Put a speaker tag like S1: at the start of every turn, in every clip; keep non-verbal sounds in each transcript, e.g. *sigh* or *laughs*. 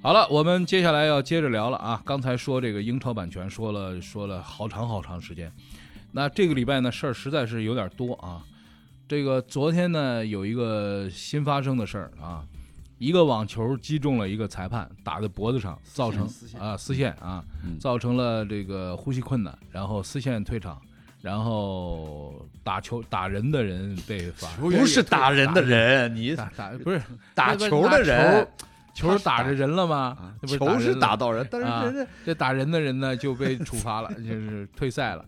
S1: 好了，我们接下来要接着聊了啊！刚才说这个英超版权，说了说了好长好长时间。那这个礼拜呢，事儿实在是有点多啊。这个昨天呢，有一个新发生的事儿啊，一个网球击中了一个裁判，打在脖子上，造成啊丝线啊，
S2: 嗯
S1: 造成了这个呼吸困难，然后丝线退场，然后打球打人的人被罚，
S2: 不是打人的人，你
S1: 打打不是
S2: 打球的人，啊
S1: 球球打着人了吗？那不
S2: 球是
S1: 人了
S2: 打到人，但
S1: 啊
S2: 是人家
S1: 这打人的人呢就被处罚了， *laughs* 就是退赛了。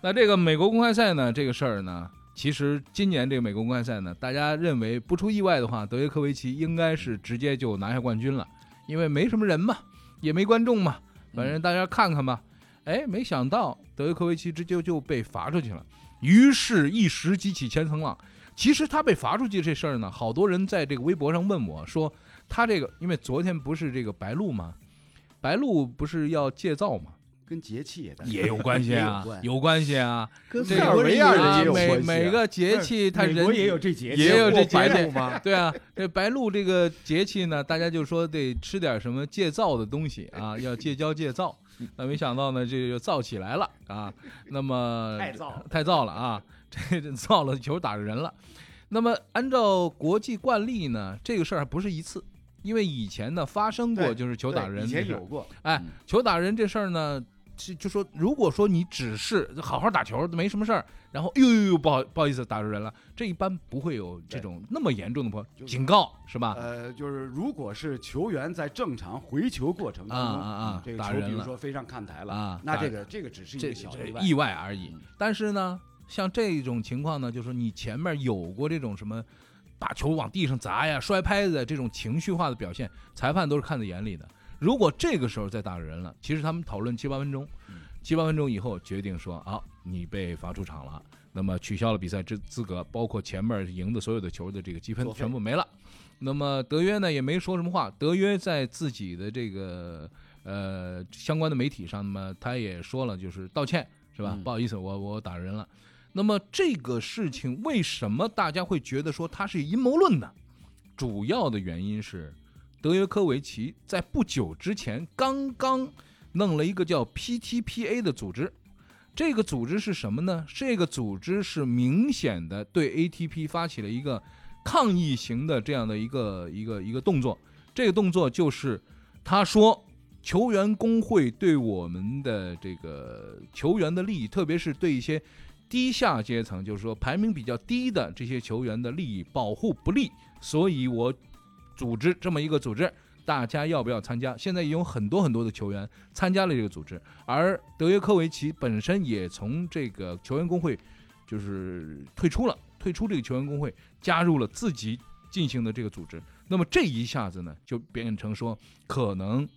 S1: 那这个美国公开赛呢，这个事儿呢，其实今年这个美国公开赛呢，大家认为不出意外的话，德约科维奇应该是直接就拿下冠军了，因为没什么人嘛，也没观众嘛，反正大家看看吧。哎，没想到德约科维奇直接就被罚出去了，于是，一石激起千层浪。其实他被罚出去这事儿呢，好多人在这个微博上问我说，他这个因为昨天不是这个白鹿吗？白鹿不是要戒躁
S3: *laughs*
S1: 吗？
S3: 跟节气也带
S1: 也有关系
S2: *laughs*
S1: 啊，有关系啊。
S2: 跟
S1: 这
S2: 塞
S1: 个
S2: 尔维亚人也有
S1: 每
S2: 关系啊。
S1: 每个节气，他
S3: 美
S1: 人
S3: 国 *laughs* 也有这节气，
S1: 也有这
S2: 白
S1: 节
S2: 鹿
S1: 气
S2: 吗？
S1: 对啊，这白露这个节气呢，大家就说得吃点什么戒躁的东西
S3: *laughs*
S1: 啊，要戒骄戒躁。那没想到呢，这就燥起来了啊。那
S3: *laughs*
S1: 么
S3: 太燥了
S1: 太燥了啊，这这燥了球打着人了。那么按照国际惯例呢，这个事儿还不是一次，因为以前呢发生过
S3: 对
S1: 就是球打
S3: 对
S1: 人
S3: 以
S1: 的
S3: 前
S1: 事儿
S3: 有过，
S1: 哎
S3: 嗯，
S1: 球打人这事儿呢，是就说，如果说你只是好好打球，没什么事儿，然后呦呦呦，不好不好意思打着人了，这一般不会有这种那么严重的破
S3: 就是
S1: 警告是吧？
S3: 呃，就是如果是球员在正常回球过程当中嗯
S1: 啊啊啊
S3: 这个
S1: 打
S3: 球
S1: 人
S3: 比如
S1: 了
S3: 说飞上看台
S1: 啊
S3: 了，那
S1: 打
S3: 这个这个只是一
S1: 这
S3: 个小
S1: 这
S3: 例外，
S1: 意外而已
S3: 嗯。
S1: 但是呢，像这种情况呢，就是你前面有过这种什么把球往地上砸呀、摔拍子呀啊这种情绪化的表现，裁判都是看在眼里的。如果这个时候再打人了，其实他们讨论七八分钟，
S3: 嗯
S1: 七八分钟以后决定说啊，你被罚出场了，那么取消了比赛资资格，包括前面赢的所有的球的这个积分
S3: 作废
S1: 全部没了。那么德约呢也没说什么话，德约在自己的这个呃相关的媒体上呢，他也说了，就是道歉是吧？
S3: 嗯
S1: 不好意思，我我打人了。那么这个事情为什么大家会觉得说它是阴谋论呢？主要的原因是德约科维奇在不久之前刚刚弄了一个叫 PTPA 的组织。这个组织是什么呢？这个组织是明显的对 ATP 发起了一个抗议型的这样的一个一个一个动作。这个动作就是他说，球员工会对我们的这个球员的利益，特别是对一些低下阶层，就是说排名比较低的这些球员的利益保护不力，所以我组织这么一个组织，大家要不要参加？现在有很多很多的球员参加了这个组织，而德约科维奇本身也从这个球员工会就是退出了，退出这个球员工会，加入了自己进行的这个组织。那么这一下子呢，就变成说可能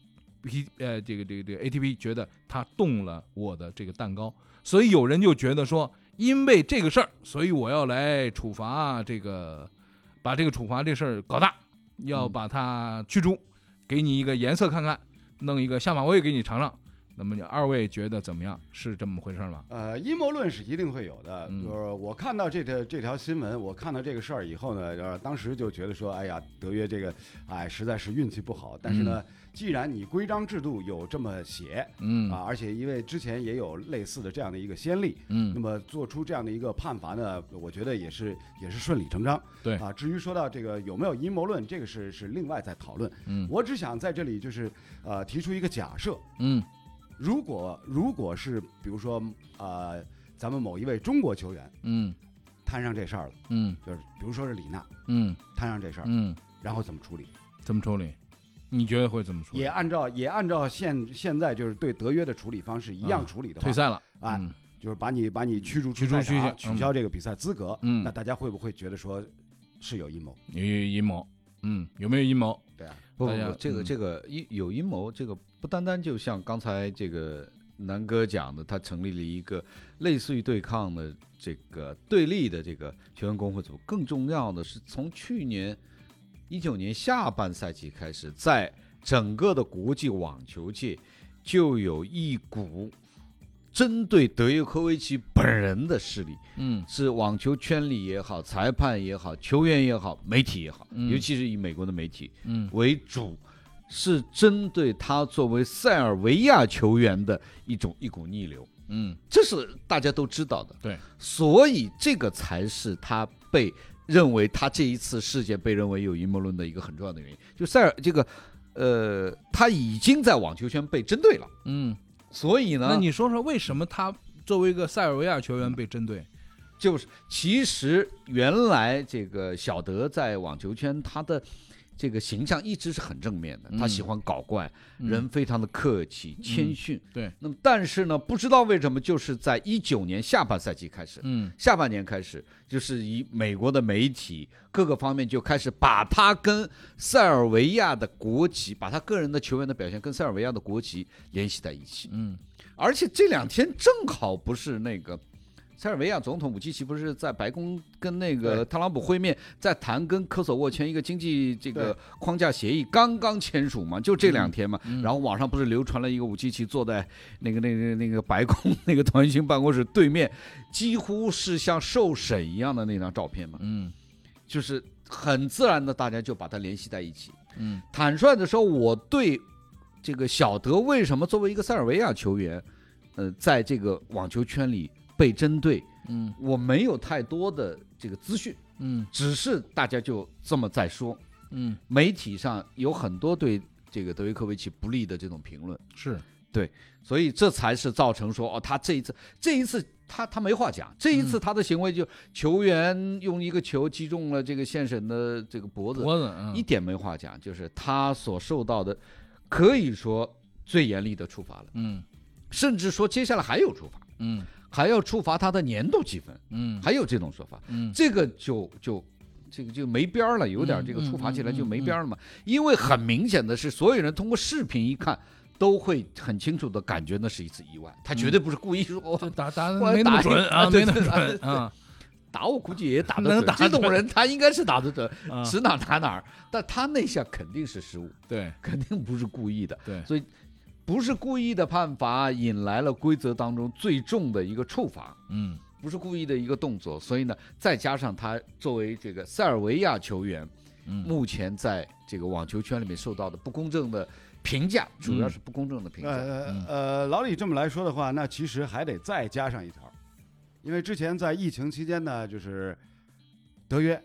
S1: P 呃这个这个这个 ATP 觉得他动了我的这个蛋糕，所以有人就觉得说，因为这个事儿，所以我要来处罚这个，把这个处罚这事儿搞大，要把它驱逐，给你一个颜色看看，弄一个下马威给你尝尝。那么你二位觉得怎么样？是这么回事儿吗？
S3: 呃，阴谋论是一定会有的。
S1: 啊嗯
S3: 就是我看到这条这条新闻，我看到这个事儿以后呢，呃，当时就觉得说，哎呀，德约这个，哎，实在是运气不好。但是呢，既然你规章制度有这么写
S1: 嗯
S3: 啊，而且因为之前也有类似的这样的一个先例，那
S1: 嗯
S3: 么做出这样的一个判罚呢，我觉得也是也是顺理成章。
S1: 对
S3: 啊，至于说到这个有没有阴谋论，这个是是另外再讨论。
S1: 嗯
S3: 我只想在这里就是呃提出一个假设，
S1: 嗯
S3: 如果如果是比如说呃，咱们某一位中国球员
S1: 嗯
S3: 摊上这事儿了，
S1: 嗯
S3: 就是比如说是李娜
S1: 嗯
S3: 摊上这事儿，
S1: 嗯，
S3: 然后怎么处理？
S1: 怎么处理？你觉得会怎么处理
S3: 也？按照也按照现现在就是对德约的处理方式一样处理的话，
S1: 退赛了
S3: 啊
S1: 嗯
S3: 就是把你把你驱逐
S1: 驱
S3: 出
S1: 逐
S3: 赛
S1: 出
S3: 场，啊
S1: 去嗯
S3: 取消这个比赛资格。
S1: 嗯
S3: 那大家会不会觉得说是有阴谋？
S1: 有阴谋，嗯，有没有阴谋？
S3: 对啊，
S2: 不不
S1: 大家
S2: 不，这个
S1: 嗯
S2: 这个阴有阴谋，这个不单单就像刚才这个南哥讲的，他成立了一个类似于对抗的这个对立的这个全运工会组。更重要的是，从去年一九年下半赛季开始，在整个的国际网球界就有一股针对德约科维奇本人的势力，
S1: 嗯
S2: 是网球圈里也好，裁判也好，球员也好，媒体也好，
S1: 嗯
S2: 尤其是以美国的媒体
S1: 嗯
S2: 为主，是针对他作为塞尔维亚球员的一种一股逆流，
S1: 嗯，
S2: 这是大家都知道的。
S1: 对，
S2: 所以这个才是他被认为他这一次事件被认为有阴谋论的一个很重要的原因。就塞尔这个，呃，他已经在网球圈被针对了，
S1: 嗯，
S2: 所以呢，
S1: 那你说说为什么他作为一个塞尔维亚球员被针对？
S2: 就是其实原来这个小德在网球圈他的这个形象一直是很正面的，
S1: 嗯
S2: 他喜欢搞怪，人非常的客气、谦逊。
S1: 对，
S2: 那么但是呢，不知道为什么，就是在一九年下半赛季开始，
S1: 嗯
S2: 下半年开始，就是以美国的媒体各个方面就开始把他跟塞尔维亚的国旗，把他个人的球员的表现跟塞尔维亚的国旗联系在一起。
S1: 嗯
S2: 而且这两天正好不是那个塞尔维亚总统武契奇不是在白宫跟那个特朗普会面，在谈跟科索沃签一个经济这个框架协议，刚刚签署嘛，就这
S1: 嗯
S2: 两天嘛。然后网上不是流传了一个武契奇坐在那个那个那个白宫 *laughs* 那个团星办公室对面，几乎是像受审一样的那张照片嘛，
S1: 嗯
S2: 就是很自然的大家就把它联系在一起。
S1: 嗯
S2: 坦率的说，我对这个小德为什么作为一个塞尔维亚球员，呃，在这个网球圈里被针对，
S1: 嗯
S2: 我没有太多的这个资讯，
S1: 嗯
S2: 只是大家就这么在说，
S1: 嗯，
S2: 媒体上有很多对这个德约科维奇不利的这种评论，
S1: 是，
S2: 所以这才是造成说哦，他这一次，这一次他他没话讲，这
S1: 嗯
S2: 一次他的行为就球员用一个球击中了这个先生的这个脖子，
S1: 脖子，嗯
S2: 一点没话讲，就是他所受到的，可以说最严厉的处罚了，
S1: 嗯
S2: 甚至说接下来还有处罚，
S1: 嗯
S2: 还要处罚他的年度积分，
S1: 嗯
S2: 还有这种说法，
S1: 嗯
S2: 这个就就。这个就没边儿了，有点这个
S1: 嗯嗯
S2: 处罚起来
S1: 嗯
S2: 就没
S1: 嗯
S2: 边儿了嘛。因为很明显的是，所有人通过视频一看，都会很清楚的感觉那是一次意外，
S1: 嗯
S2: 他绝对不是故意说
S1: *laughs* 这
S2: 哦
S1: 打打
S2: 我
S1: 没那么
S2: 打
S1: 准啊，
S2: 啊
S1: 没
S2: 对
S1: 那么
S2: 对对
S1: 准
S2: 对
S1: 啊
S2: 打我估计也打得
S1: 能
S2: 准
S1: 打
S2: 这
S1: 准
S2: 种人他应该是打得准，
S1: 啊，
S2: 指哪儿打哪儿。但他那下肯定是失误，
S1: 对
S2: 肯定不是故意的。
S1: 对，
S2: 所以不是故意的判罚引来了规则当中最重的一个处罚，
S1: 嗯
S2: 不是故意的一个动作。所以呢，再加上他作为这个塞尔维亚球员，
S1: 嗯
S2: 目前在这个网球圈里面受到的不公正的评价，主要是不公正的评价。
S3: 呃
S1: 嗯，
S3: 呃，老李这么来说的话，那其实还得再加上一条，因为之前在疫情期间呢，就是德约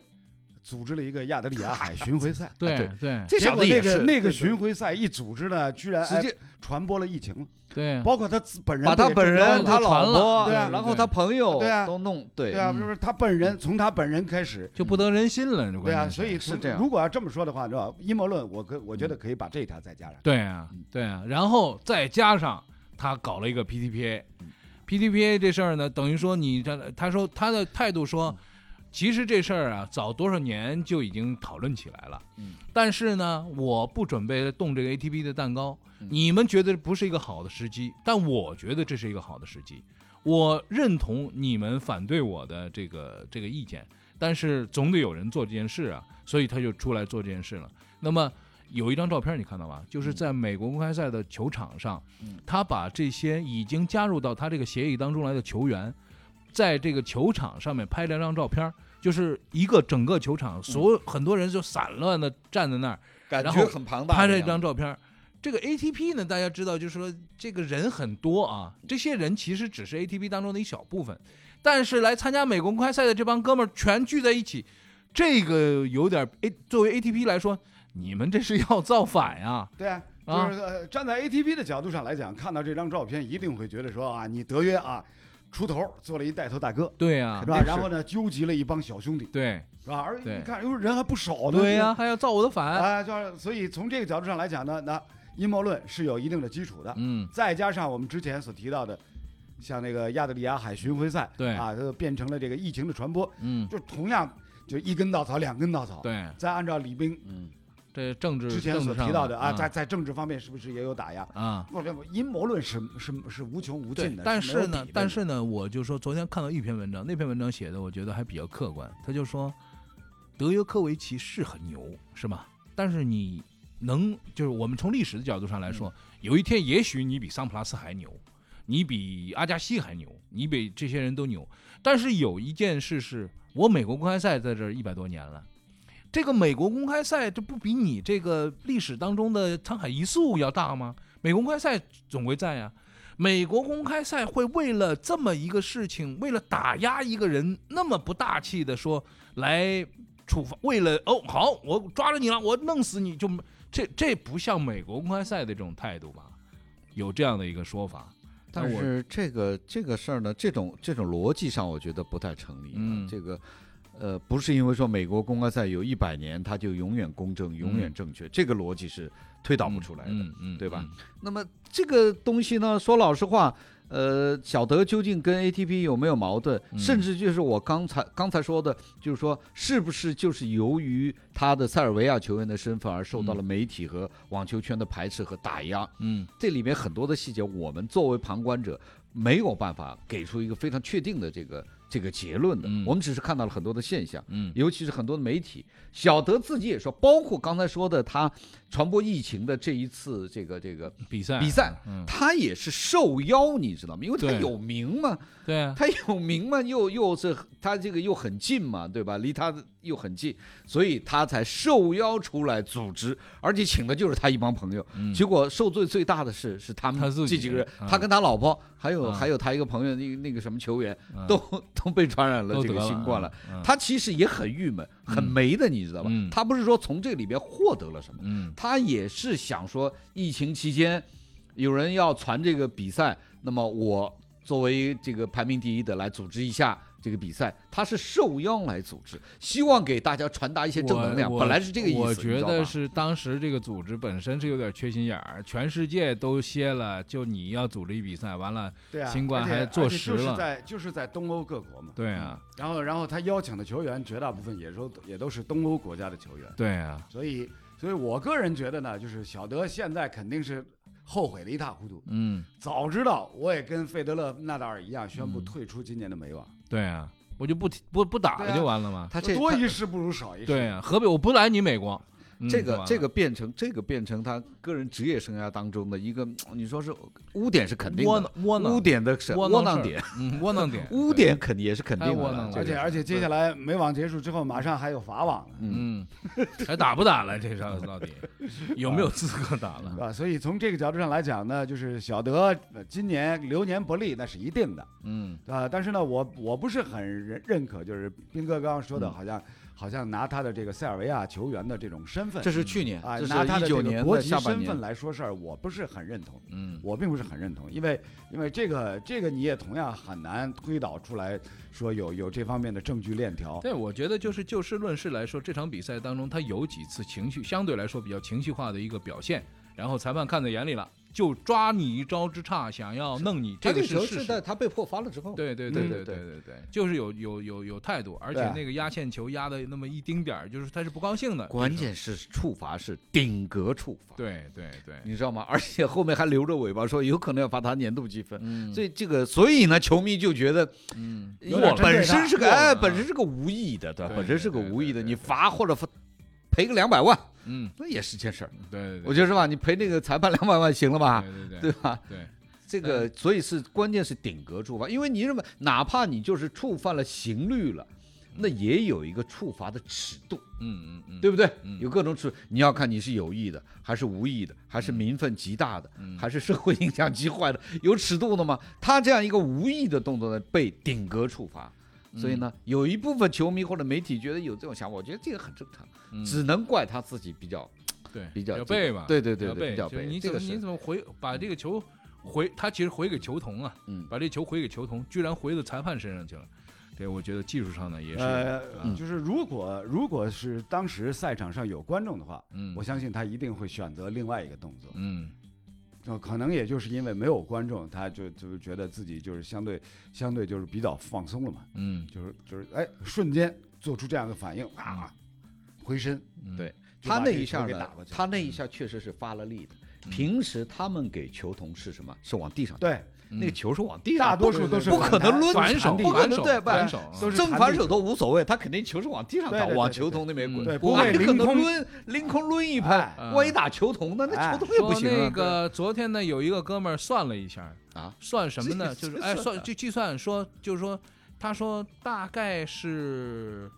S3: 组织了一个亚得里亚海巡回赛
S1: *laughs* 对
S2: 对
S1: 对
S2: 这
S3: 结
S2: 小
S3: 果
S2: 子
S3: 那
S2: 也
S3: 个
S2: 是
S3: 那个巡回赛一组织呢，居然
S2: 直
S3: 哎
S2: 接
S3: 传播了疫情了，
S1: 对，
S3: 包括他自本人
S2: 把他
S3: 也
S2: 本
S3: 中招
S2: 人、
S3: 了
S2: 他老
S1: 传了
S2: 婆，
S3: 对啊
S2: 然后他朋友
S3: 对啊
S2: 都弄对
S3: 对。啊，
S1: 嗯
S3: 就是他本人从他本人开始，
S1: 就不得人心了，这嗯
S3: 对
S1: 关
S3: 啊，
S1: 键
S3: 所以
S2: 是这样
S3: 如果要这么说的话，是吧？阴谋论，我可我觉得可以把这一条再加上。
S1: 对啊，对啊，然后再加上他搞了一个 PTPA。PTPA 这事儿呢，等于说你这，他说他的态度说，其实这事儿啊，早多少年就已经讨论起来了，
S2: 嗯，
S1: 但是呢，我不准备动这个 ATP 的蛋糕，
S2: 嗯
S1: 你们觉得不是一个好的时机，但我觉得这是一个好的时机，我认同你们反对我的这个这个意见，但是总得有人做这件事啊，所以他就出来做这件事了。那么有一张照片你看到吧？
S2: 嗯
S1: 就是在美国公开赛的球场上，他把这些已经加入到他这个协议当中来的球员，在这个球场上面拍了张照片，就是一个整个球场，所有很多人就散乱的站在那儿
S2: 嗯感
S1: 然
S2: 觉
S1: 后
S2: 很庞大。
S1: 拍了一张，照片。这个 ATP 呢，大家知道，就是说这个人很多啊，这些人其实只是 ATP 当中的一小部分，但是来参加美国公开赛的这帮哥们儿全聚在一起，这个有点 A 作为 ATP 来说，你们这是要造反呀、
S3: 对啊，
S1: 啊
S3: 就是、呃、站在 ATP 的角度上来讲，看到这张照片，一定会觉得说啊，你德约啊，出头做了一带头大哥，
S1: 对呀、
S3: 是吧？然后呢，纠集了一帮小兄弟，
S1: 对
S3: 是吧？而
S1: 啊对
S3: 你看，哟，人还不少呢。
S1: 对呀、还要造我的
S3: 这
S1: 反，
S3: 个，啊，就是所以从这个角度上来讲呢，那阴谋论是有一定的基础的。
S1: 嗯，
S3: 再加上我们之前所提到的，像那个亚得里亚海巡回赛，
S1: 对
S3: 啊，它就变成了这个疫情的传播，
S1: 嗯，
S3: 就同样就一根稻草两根稻草。，
S1: 对，
S3: 再按照李冰
S2: 嗯，
S1: 这政治
S3: 之前所
S1: 政治上
S3: 提到的啊，
S1: 啊
S3: 在在政治方面是不是也有打压？
S1: 啊，
S3: 不不不，阴谋论是是是无穷无
S1: 对
S3: 尽的，
S1: 但
S3: 没有
S1: 是呢
S3: 底，的
S1: 但是呢，我就说昨天看到一篇文章，那篇文章写的我觉得还比较客观，他就说德约科维奇是很牛，是吧？但是你能就是我们从历史的角度上来
S3: 嗯
S1: 说，有一天也许你比桑普拉斯还牛。你比阿加西还牛，你比这些人都牛。但是有一件事是，我美国公开赛在这一百多年了，这个美国公开赛这不比你这个历史当中的沧海一粟要大吗？美国公开赛总归在啊呀、美国公开赛会为了这么一个事情，为了打压一个人，那么不大气的说来处罚，为了哦好，我抓着你了，我弄死你就这这不像美国公开赛的这种态度吧？有这样的一个说法，
S2: 但
S1: 我
S2: 是这个这个事儿呢，这种这种逻辑上，我觉得不太成立啊。
S1: 嗯
S2: 这个，呃，不是因为说美国公开赛有一百年，它就永远公正、永远正确，这个逻辑是推导不出来的。
S1: 嗯嗯，
S2: 对吧？那么这个东西呢，说老实话，呃，小德究竟跟 ATP 有没有矛盾，
S1: 嗯
S2: 甚至就是我刚才刚才说的，就是说是不是就是由于他的塞尔维亚球员的身份而受到了媒体和网球圈的排斥和打压？
S1: 嗯
S2: 这里面很多的细节，我们作为旁观者没有办法给出一个非常确定的这个这个结论的，
S1: 嗯
S2: 我们只是看到了很多的现象。
S1: 嗯
S2: 尤其是很多的媒体，小德自己也说，包括刚才说的他传播疫情的这一次这个这个
S1: 嗯，比赛
S2: 比赛，
S1: 嗯，
S2: 他也是受邀，你知道吗？因为他
S1: 对
S2: 有名嘛，
S1: 对啊，
S2: 他有名嘛， *laughs* 又又是他这个又很近嘛，对吧？离他又很近，所以他才受邀出来组织，而且请的就是他一帮朋友。
S1: 嗯
S2: 结果受罪最大的是是他们
S1: 他自己
S2: 这几个人
S1: 啊，
S2: 他跟他老婆，还有
S1: 啊
S2: 还有他一个朋友，那个那个什么球员，
S1: 嗯
S2: 都 *laughs* 都被传染了
S1: 都
S2: 这
S1: 得
S2: 个新冠了。，
S1: 嗯
S2: 他其实也很郁闷，很没的，你知道吧
S1: 嗯？
S2: 他不是说从这里边获得了什么，
S1: 嗯
S2: 他也是想说，疫情期间有人要传这个比赛，那么我作为这个排名第一的来组织一下这个比赛，他是受邀来组织，希望给大家传达一些正能量。
S1: 我我
S2: 本来是这个意思，
S1: 我
S2: 你知
S1: 觉
S2: 道吧
S1: 得是当时这个组织本身是有点缺心眼儿，全世界都歇了，就你要组织一比赛，完了，
S3: 对啊，
S1: 新冠
S3: 而且
S1: 还坐
S3: 而且
S1: 实
S3: 就
S1: 了
S3: 是在就是在东欧各国嘛。
S1: 对啊，
S3: 然后然后他邀请的球员绝大部分也都也都是东欧国家的球员，
S1: 对啊，
S3: 所以所以我个人觉得呢，就是小德现在肯定是后悔的一塌糊涂。
S1: 嗯，
S3: 早知道我也跟费德勒、纳达尔一样宣布
S1: 嗯
S3: 退出今年的美网，
S1: 对啊，我就不提不不打
S3: 对
S1: 了
S3: 啊
S1: 就完了嘛，
S2: 他这
S3: 多
S2: 他
S3: 一事不如少一事。
S1: 对啊，何必我不来你美国？嗯
S2: 这
S1: 就完
S2: 个
S1: 了
S2: 这个变成这个变成他个人职业生涯当中的一个，嗯你说是呃污点是肯定
S1: 窝
S2: 的
S1: 囊，窝囊
S2: 污点的是
S1: 窝
S2: 窝
S1: 囊
S2: 囊
S1: 事儿
S2: 点，
S1: 嗯窝囊 *laughs* 点，
S2: 污点肯定也是肯定
S1: 太窝
S2: 的
S1: 囊
S2: 了
S3: 而
S1: 了。
S2: 这
S3: 且
S2: 个
S3: 而且接下来美网结束之后，马上还有法网呢，
S1: 嗯，还打不打了？这 *laughs* 上到底有没有资格打
S3: 对
S1: *laughs* 了？
S3: 吧？所以从这个角度上来讲呢，就是小德呃今年流年不利那是一定的，
S1: 嗯
S3: 啊、但是呢，我我不是很认认可，就是斌哥刚刚说
S2: 嗯
S3: 的，好像、好像拿他的这个塞尔维亚球员的这种身份
S2: 这是去年，
S3: 啊、
S2: 这
S3: 拿他
S2: 是
S3: 的这
S2: 一九
S3: 个
S2: 年
S3: 国
S2: 的
S3: 籍
S2: 下半
S3: 身
S2: 年
S3: 份。来说事儿，我不是很认同，
S1: 嗯
S3: 我并不是很认同，因为因为这个这个你也同样很难推导出来说有有这方面的证据链条，
S1: 对，我觉得就是就事论事来说，这场比赛当中他有几次情绪相对来说比较情绪化的一个表现，然后裁判看在眼里了，就抓你一招之差，想要弄你，这个是事实。
S2: 他被破发了之后，
S1: 对对
S2: 嗯
S1: 对
S2: 对
S1: 对对对，就是有有有有态度，而且
S3: 对啊
S1: 那个压线球压的那么一丁点儿，就是他是不高兴的。
S2: 关键是处罚是顶格处罚，，
S1: 对对对，
S2: 你知道吗？而且后面还留着尾巴说有可能要罚他年度积分，
S1: 嗯
S2: 所以这个，所以呢，球迷就觉得
S1: 嗯
S3: 有点针对
S2: 本
S3: 他
S2: 身是个
S1: 弱了
S2: 哎，
S1: 啊
S2: 本身是个无意义的，对吧？
S1: 对
S2: 本身是个
S1: 对对
S2: 无意义的，
S1: 对对
S2: 你罚或者罚赔个两百万，
S1: 嗯，
S2: 那也是件事儿，
S1: 对对对，
S2: 我觉得是吧？你赔那个裁判两百万行了吧？
S1: 对对
S2: 啊对
S1: 对
S2: 吧？
S1: 对，
S2: 这
S1: 嗯
S2: 个所以是关键是顶格处罚，因为你认为哪怕你就是触犯了刑律了，那也有一个处罚的尺度，
S1: 嗯嗯嗯嗯，
S2: 对不对？
S1: 嗯
S2: 有各种处，你要看你是有意的，还是无意的，还是民愤极大的，
S1: 嗯
S2: 还是社会影响极坏的， *laughs* 有尺度的吗？他这样一个无意的动作呢，被顶格处罚。
S1: 嗯
S2: 所以呢，有一部分球迷或者媒体觉得有这种想法，我觉得这个很正常，
S1: 嗯
S2: 只能怪他自己比较
S1: 对
S2: 比较
S1: 要
S2: 这个
S1: 背嘛，
S2: 对对对
S1: 要
S2: 对，
S1: 背
S2: 比较
S1: 就是
S2: 背。
S1: 你
S2: 这
S1: 怎么
S2: 个
S1: 你
S2: 是
S1: 怎么回把这个球回他其实回给球童啊，
S2: 嗯
S1: 把这球回给球童，居然回到裁判身上去了。对，我觉得技术上呢也是，
S2: 哎
S3: 呃，
S1: 嗯
S3: 就是如果如果是当时赛场上有观众的话，
S1: 嗯，
S3: 我相信他一定会选择另外一个动作。
S1: 嗯
S3: 呃，可能也就是因为没有观众，他就就是觉得自己就是相对相对就是比较放松了嘛，
S1: 嗯
S3: 就是就是哎，瞬间做出这样的反应，啊，回身，
S1: 嗯
S2: 对
S3: 就把
S2: 他那
S3: 这
S2: 一
S3: 球
S2: 下
S3: 给
S2: 呢
S3: 打过，去
S2: 他
S3: 了嗯
S2: 那一下确实是发了力的。平时他们给球童是什么？是往地上，，
S3: 对，
S2: 那个球是往地上，
S3: 嗯大多数都是
S2: 不可能抡
S1: 反手
S2: 手，不可
S1: 反
S2: 能
S1: 手
S2: 对吧
S1: 反手啊
S3: 都是
S2: 正
S3: 弹
S2: 反
S3: 地
S2: 手
S3: 球
S2: 都无所谓，他肯定球是往地上
S3: 对
S2: 打，
S3: 对对嗯
S2: 往
S3: 对
S2: 球童那边滚，
S1: 对
S3: 不会
S2: 不可
S3: 凌
S2: 能
S3: 空嗯
S2: 抡凌空抡一拍，
S1: 哎
S2: 万一打球童呢？那
S3: 哎
S2: 球童也不
S1: 说
S2: 行啊。
S1: 那个昨天呢，有一个哥们儿算了一下
S2: 啊，
S1: 算什么呢？
S2: 这
S1: 就
S2: 这
S1: 是哎，
S2: 算啊
S1: 算
S2: 的
S1: 就计算说，就是说，他说大概是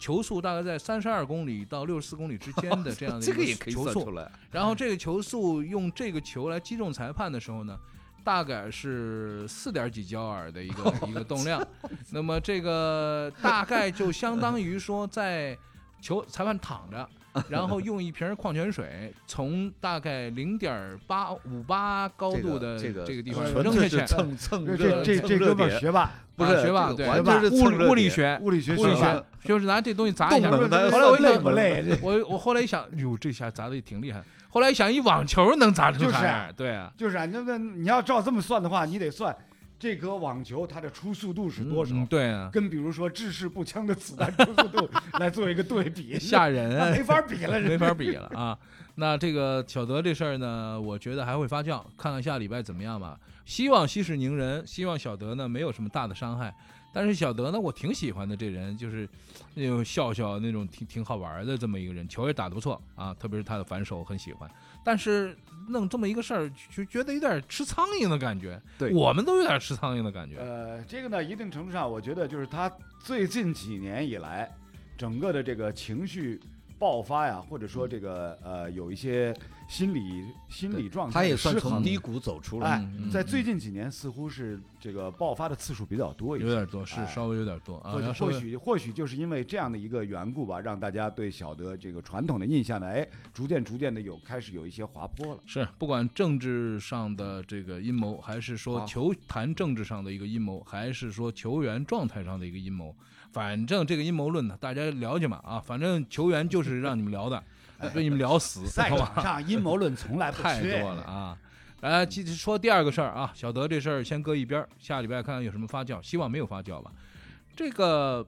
S1: 球速大概在三十二公里到六十四公里之间的这
S2: *laughs*
S1: 样的一
S2: 这个也可以
S1: 球
S2: 算
S1: 速
S2: 出。来，
S1: 然后这个球速用这个球来击中裁判的时候呢，大概是四点几焦耳的一
S2: *laughs* 哦
S1: 个一个动量。那么这个大概就相当于说，在球裁判躺
S2: *laughs*
S1: 着，然后用一瓶矿泉水从大概零点八五八高
S2: 这
S1: 度
S2: 个
S1: 的
S2: 这个
S1: 个地方
S2: 纯
S1: 扔
S2: 粹
S1: 下
S2: 是
S1: 去。
S2: 蹭蹭
S3: 这
S2: 热
S3: 这这
S2: 蹭
S3: 这
S2: 热
S3: 哥们儿
S2: 点
S3: 学霸，
S2: 不
S1: 啊
S2: 是
S1: 学霸
S2: 这个
S1: 对
S2: 完
S3: 吧
S2: 全是
S1: 物
S2: 蹭热
S1: 理物理
S2: 点，
S1: 学，
S3: 物理学
S1: 物理
S3: 学霸
S1: 学，就是拿这东西砸一下
S2: 动。能的
S3: 后来我一想
S2: 累不
S3: 累？这
S1: *laughs* 我我后来一想，哟，这下砸的也挺厉害。后来一想，一网球能砸成
S3: 就是
S1: 啥
S3: 啊
S1: 样？对啊，
S3: 就是啊，那那你要照这么算的话，你得算这颗网球它的出速度是多少，
S1: 嗯嗯对啊，
S3: 跟比如说制式步枪的子弹出速度来做一个对比，
S1: 吓人
S3: 那
S1: 啊
S3: 没法比了，
S1: *laughs* 没法比了啊。那这个小德这事儿呢，我觉得还会发酵，看看下礼拜怎么样吧。希望息事宁人，希望小德呢没有什么大的伤害。但是小德呢，我挺喜欢的这人，就是那种笑笑那种挺挺好玩的这么一个人，球也打得不错啊，特别是他的反手很喜欢。但是弄这么一个事儿，就觉得有点吃苍蝇的感觉。
S2: 对
S1: 我们都有点吃苍蝇的感觉。
S3: 呃，这个呢，一定程度上，我觉得就是他最近几年以来，整个的这个情绪爆发呀，或者说这个呃，有一些心理心理状态
S2: 他也
S3: 的
S2: 算
S3: 失
S2: 从
S3: 衡
S2: 低谷走出来。
S3: 哎
S1: 嗯嗯，
S3: 在最近几年似乎是这个爆发的次数比较多一
S1: 有
S3: 些。
S1: 点多，是
S3: 哎
S1: 稍微有点多啊
S3: 或。
S1: 然
S3: 者
S1: 后稍
S3: 或
S1: 微
S3: 许或许就是因为这样的一个缘故吧，让大家对小德这个传统的印象呢，哎，逐渐逐渐的有开始有一些滑坡了。
S1: 是，不管政治上的这个阴谋，还是说
S3: 啊
S1: 球坛政治上的一个阴谋，还是说球员状态上的一个阴谋，反正这个阴谋论呢，大家了解嘛啊，反正球员就是让你们
S2: *laughs*
S1: 聊的，被你们聊死，
S3: 赛
S1: 好吧？ *laughs*
S3: 场上阴谋论从来不缺，
S1: 太多了啊！来，继续说第二个事儿啊，小德这事儿先搁一边儿，下礼拜看看有什么发酵，希望没有发酵吧。这个，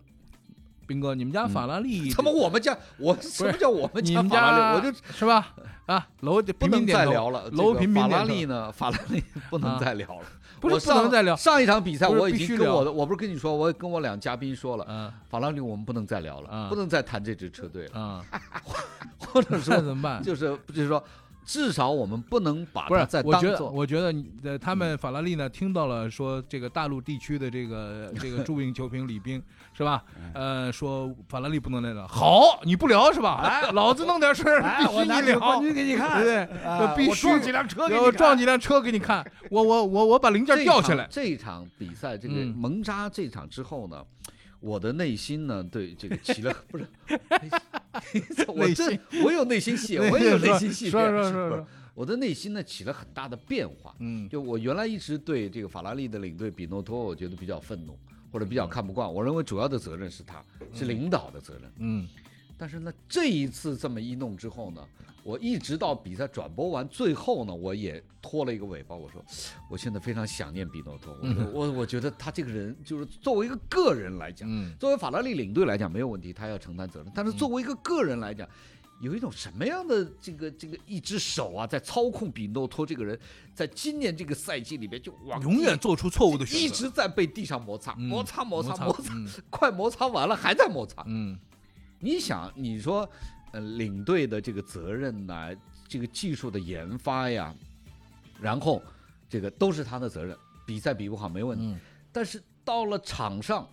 S1: 斌哥，你们家法拉利
S2: 嗯怎么我们家我什么叫我们
S1: 你
S2: 家
S1: 们
S2: 法拉
S1: 家
S2: 利？我就是
S1: 吧？啊，楼
S2: 不
S1: 频频
S2: 能
S1: 点
S2: 再
S1: 头
S2: 聊了。这
S1: 楼
S2: 个
S1: 频频
S2: 法
S1: 点
S2: 拉
S1: 头啊
S2: 利呢？法拉
S1: *laughs*
S2: 利不能再聊了。
S1: 不是
S2: 我
S1: 不能
S2: 上
S1: 再聊
S2: 上一场比赛
S1: 不是
S2: 我已
S1: 必须
S2: 经跟
S1: 聊
S2: 我的，我不是跟你说，我跟我两嘉宾说了，
S1: 嗯
S2: 法拉利我们不能再聊
S1: 啊
S2: 了，不能再谈这支
S1: *laughs*
S2: 车队了，
S1: 啊，
S3: *laughs*
S2: 或者
S1: 那
S2: 说
S1: 怎么办？
S2: *laughs* 就是就是说，至少我们不能把
S1: 不是
S2: 它再，
S1: 我
S2: 当
S1: 觉得，
S2: 做
S1: 我觉得你呃，他们
S3: 嗯
S1: 法拉利呢，听到了说这个大陆地区的这个这个著名球评李冰是吧？
S3: 嗯
S1: 呃，说法拉利不能来了，好，你不聊是吧？来，老子弄点事儿，
S3: 哎，
S1: 必
S3: 我
S1: 须
S3: 拿
S1: 你
S3: 这个
S1: 聊
S3: 冠，军给你看，
S1: 对不对
S3: 啊
S1: 我必
S3: 我
S1: 须
S3: 撞几辆车给
S1: 然
S3: 你
S1: 后
S3: 看，
S1: 撞几辆车给你看，
S3: *laughs*
S1: 我我我我把零件
S2: 这
S1: 吊
S2: 一
S1: 起
S2: 场
S1: 来，
S2: 这一场比赛，这个
S1: 嗯
S2: 蒙扎这场之后呢，我的内心呢，对这个起了 *laughs* 不是，我
S1: 内
S2: 这
S1: 心
S2: 我有内心戏，我也有内心戏，
S1: 说说说
S2: 不
S1: 说
S2: 是
S1: 说，
S2: 我的内心呢起了很大的变化。
S1: 嗯
S2: 就我原来一直对这个法拉利的领队比诺托，我觉得比较愤怒，或者比较
S1: 嗯
S2: 看不惯。我认为主要的责任是他，是领导的责任。
S1: 嗯
S2: 但是呢，这一次这么一弄之后呢，我一直到比赛转播完最后呢，我也拖了一个尾巴。我说， *sniffs* 我现在非常想念比诺托，我
S1: 嗯
S2: 说我我觉得他这个人就是作为一个个人来讲，
S1: 嗯，
S2: 作为法拉利领队来讲没有问题，他要承担责任。但是作为一个个人来讲，有一种什么样的这个这个一只手啊，在操控比诺托这个人，在今年这个赛季里边就往
S1: 永远
S2: 地
S1: 做出错误的
S2: 一
S1: 选择，
S2: 直在被地上摩擦，
S1: 嗯
S2: 摩擦摩
S1: 摩
S2: 擦
S1: 擦
S2: 摩擦，
S1: 嗯
S2: 快摩擦完了还在摩擦。
S1: 嗯
S2: 你想，你说，呃，领队的这个责任呐、这个技术的研发呀，然后这个都是他的责任。比赛比不好没问题，
S1: 嗯
S2: 但是到了场上，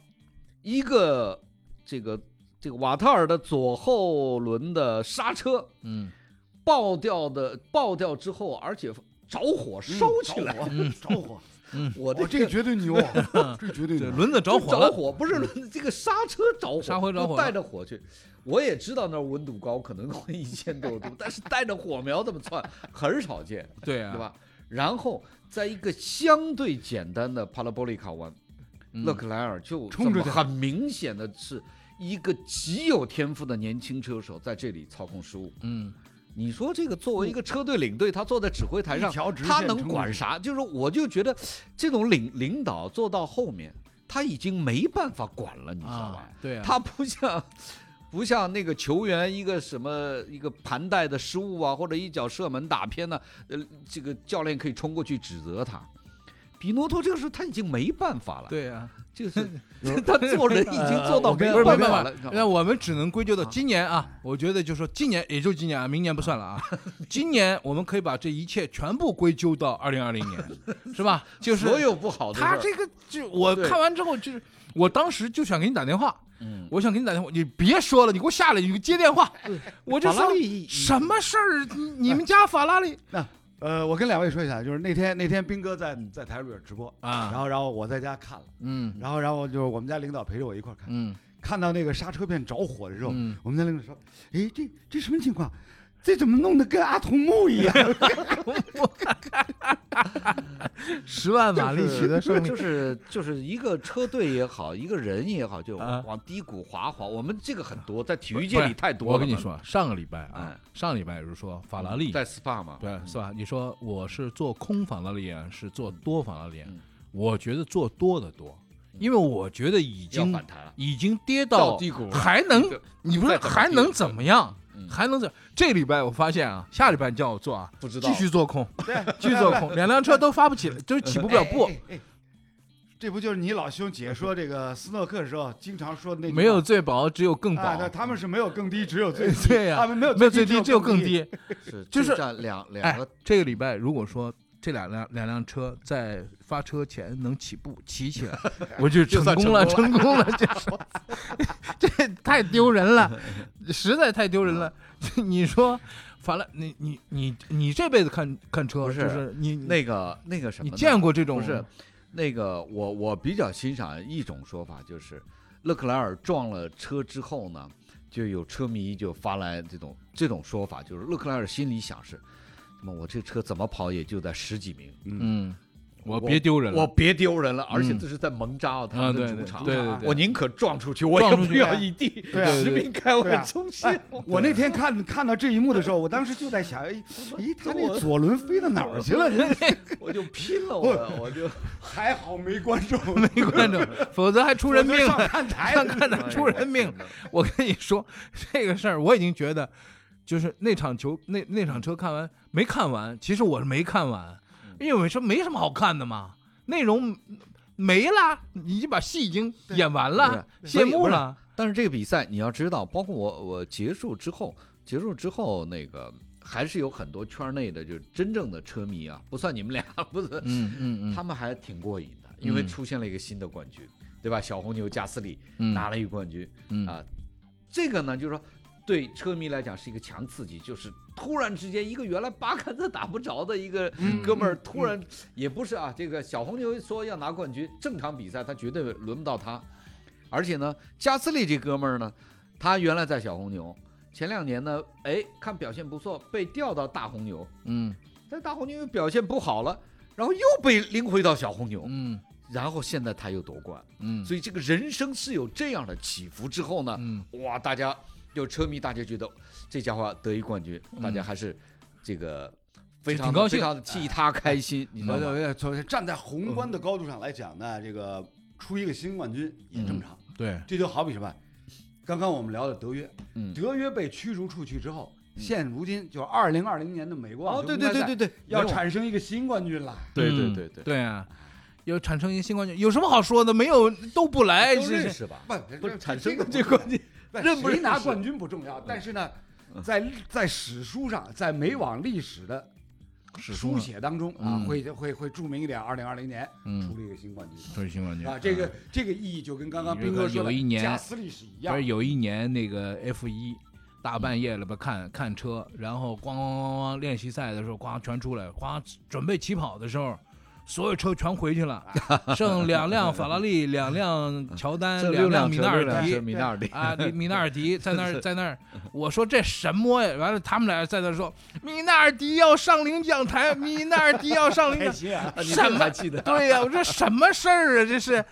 S2: 一个这个这个瓦特尔的左后轮的刹车
S1: 嗯
S2: 爆掉的爆掉之后，而且着火烧起来，
S3: 嗯，着火，着火，
S2: 我
S3: 哦
S2: 的
S3: 这个绝对牛，啊这绝对
S1: 对，
S3: 牛，
S1: 轮子着
S2: 着
S1: 火了，嗯
S2: 火不是轮 *laughs* 这个刹车着火，
S1: 刹车着火
S2: 就带着火去。我也知道那儿温度高，可能会一千多度，但是带着火苗这么窜很少见，
S1: 对啊，
S2: 对？吧？然后在一个相对简单的帕拉波利卡弯，勒克莱尔就
S3: 嗯冲着
S2: 这么
S3: 他
S2: 很明显的是一个极有天赋的年轻车手在这里操控失误。
S1: 嗯，
S2: 你说这个作为一个车队领队，他坐在指挥台上
S3: 一条直，线
S2: 他能管啥？就是我就觉得这种领领导做到后面，他已经没办法管了，你知道吧
S1: 啊？，对啊，
S2: 他不像。不像那个球员一个什么一个盘带的失误啊，或者一脚射门打偏呢、呃，这个教练可以冲过去指责他。比诺托这个时候他已经没办法了，，
S1: 对啊呀、
S2: 就是 *laughs* 他做人已经 *laughs* 做到没
S1: 不是
S2: 办
S1: 没
S2: 法
S1: 办
S2: 了
S1: 法
S2: 你知道，
S1: 那
S2: 吗。
S1: 我们只能归咎到今年啊，我觉得就说今年也就今年啊，明年不算了啊。 *laughs* 今年我们可以把这一切全部归咎到二零二零
S2: *laughs*
S1: 年，是吧？就是
S2: 所有不好的事
S1: 他
S2: 儿，哦
S1: 这个就我
S2: 对
S1: 看完之后就是，我当时就想给你打电话，
S2: 嗯
S1: 我想给你打电话，你别说了，你给我下来，你给我接电话，我就
S2: 法拉
S1: 说
S2: 利
S1: 什么事儿？你你们家法拉利
S3: 那呃，我跟两位说一下，就是那天那天斌哥在在台里边直播，然
S1: 啊？
S3: 后然后我在家看了，
S1: 嗯
S3: 然后然后就是我们家领导陪着我一块儿看，
S1: 嗯
S3: 看到那个刹车片着火的时候，
S1: 嗯，
S3: 我们家领导说：“哎，这这什么情况？这怎么弄得跟阿童木一样
S1: *laughs*
S3: *laughs*
S1: 十万马力取得
S2: *laughs*
S1: 胜利
S2: 就，是就是一个车队也好，一个人也好，就
S1: 啊
S2: 往低谷滑滑。我们这个很多，在体育界
S1: 不
S2: 里
S1: 是
S2: 太多了。
S1: 我跟你，说，上个礼拜啊
S2: 哎，
S1: 上个礼拜有人说法拉利
S2: 在 SPA 嘛，
S1: 对，是吧？你说我是做空法拉利啊，是做多法拉利啊
S2: 嗯？
S1: 我觉得做多的多，因为我觉得已
S2: 要
S1: 经
S2: 反弹了。
S1: 已经跌
S2: 到
S1: 到
S2: 低谷了
S1: 还能
S2: 对
S1: 你不是
S2: 再怎么
S1: 还
S2: 跌
S1: 能怎么样
S2: 嗯？
S1: 还能怎？这礼拜我发现啊，下礼拜你叫我做啊，
S2: 不知道
S1: 继续做空，继续做
S2: *laughs*
S1: 空，两辆车都发不起来，就是起不？”了步。
S3: 哎哎哎这不就是你老兄解说这个斯诺克的时候经常说的那句话
S1: 没有最薄，只有更薄。
S3: 啊？那他们是没有更低，只有最低。
S1: *laughs* 对呀
S2: 啊
S3: 他们没有
S1: 没有最
S3: 低，
S1: 低，只有更。低。
S2: 是
S1: 就是
S2: 这两两
S1: 哎
S2: 个，
S1: 这个礼拜如果说这两辆两辆车在发车前能起步骑起来， *laughs* 我就成功了，成功了， *laughs* 这说这太丢人了，实在太丢人了。 *laughs* 你说法拉，你你你你这辈子看看车，
S2: 不是
S1: 就是你
S2: 那个那个什
S1: 嗯
S2: 么
S1: 你
S2: 呢，
S1: 见过这种
S2: 不是那个我我比较欣赏一种说法，就是勒克莱尔撞了车之后呢，就有车迷就发来这种这种说法，就是勒克莱尔心里想是，那么我这车怎么跑也就在十几名，
S1: 嗯，我
S2: 我
S1: 别丢人
S2: 我
S1: 了，
S2: 别丢人了，而且
S1: 嗯
S2: 这是在蒙扎奥他
S1: 啊
S2: 们
S1: 对
S2: 的
S1: 对
S2: 主场，
S1: 对对对，
S2: 我宁可撞出去，我也
S1: 撞出
S2: 不
S1: 去
S2: 要一地
S3: 对啊
S2: 十名开
S3: 对
S2: 外
S3: 啊
S2: 中心
S3: 哎。，我那天看看到这一幕的时候，我当时就在想，哎，咦，他那左轮飞到哪儿去
S1: *laughs*
S3: 了？
S2: 我就拼了，我我就
S3: 还好没观
S1: *laughs*
S3: 众，
S1: 没观众，否则还出人命
S3: 我就
S1: 了
S3: 上。看台
S1: 看看他出人
S3: *laughs*
S1: 命。 *laughs* 我跟你说这个事儿，我已经觉得，就是那场球那那场车看完没看完？其实我是没看完，
S2: 嗯
S1: 因为我说没什么好看的嘛，内容没了，你这把戏已经演完了，
S2: 对
S1: 谢幕了。
S2: 但是这个比赛你要知道，包括我我结束之后，结束之后那个还是有很多圈内的就真正的车迷啊，不算你们俩，不是，
S1: 嗯嗯
S2: 他们还挺过瘾的，因为
S1: 嗯
S2: 出现了一个新的冠军，对吧？小红牛加斯利
S1: 嗯
S2: 拿了一个冠军，
S1: 嗯
S2: 啊，这个呢，就是说对车迷来讲是一个强刺激，就是突然之间一个原来八竿子打不着的一个
S1: 嗯
S2: 哥们儿，突然也不是啊，这个小红牛说要拿冠军，正常比赛他绝对轮不到他，而且呢，加斯利这哥们儿呢，他原来在小红牛，前两年呢，哎，看表现不错，被调到大红牛，
S1: 嗯
S2: 但大红牛又表现不好了。然后又被拎回到小红牛，
S1: 嗯
S2: 然后现在他又夺冠，
S1: 嗯
S2: 所以这个人生是有这样的起伏之后呢，
S1: 嗯
S2: 哇，大家有车迷，大家觉得这家伙得一冠军，大家还是这个非常
S1: 挺高兴
S2: 非常地替他开心，你知道
S3: 我
S2: 吗？嗯
S3: 我从站在宏观的高度上来讲呢，这个出一个新冠军也
S2: 嗯
S3: 正常。
S1: 对，
S3: 这就好比什么？刚刚我们聊的德约，
S2: 嗯
S3: 德约被驱逐出去之后，现如今就是二零二零年的美国啊网球公开赛
S2: 哦对，
S3: 要
S2: 没有
S3: 产生一个新冠军了。
S2: 对
S1: 嗯
S2: 对对对，
S1: 对啊，有产生一个新冠军，有什么好说的？没有都不来，
S2: 都认
S1: 是
S2: 识吧？
S3: 不，
S2: 不哎是产生
S3: 这
S2: 的
S3: 个
S2: 这冠军，
S3: 不
S2: 认不
S3: 谁
S2: 认
S3: 拿
S2: 识
S3: 冠军不重要，
S2: 嗯
S3: 但是呢，在在史书上，在美网历史的书写当中啊，
S1: 嗯
S3: 会会会注明一点，二零二零年
S1: 嗯
S3: 出了一个新冠军。
S1: 对新冠军
S3: 啊，这个这个意义就跟刚刚
S1: 有
S3: 斌哥说的
S1: 有一年
S3: 加斯利是一
S1: 不
S3: 样
S1: 是。有一年那个 F 一大
S2: 嗯
S1: 半夜了吧看看车，然后咣咣咣咣练习赛的时候，咣全出来，咣准备起跑的时候。所有车全回
S2: *laughs*
S1: 去了，剩两辆法拉利，两辆乔
S2: *laughs*
S1: 丹，
S2: 这
S1: 两
S2: 六辆
S1: 米
S2: 车
S1: 纳
S2: 六
S1: 尔
S2: 辆车
S1: 迪
S2: 米纳 *laughs* 尔迪，
S1: 啊，米纳尔迪在那儿在那儿，我说这什么呀？完了，他们俩在那儿说米纳尔迪要上领奖台，米纳尔迪要上领奖台
S3: 开，心啊！
S2: 你
S1: 什
S2: 这
S1: 么
S2: 还记得？
S1: 对呀、我说什么事儿啊，这是。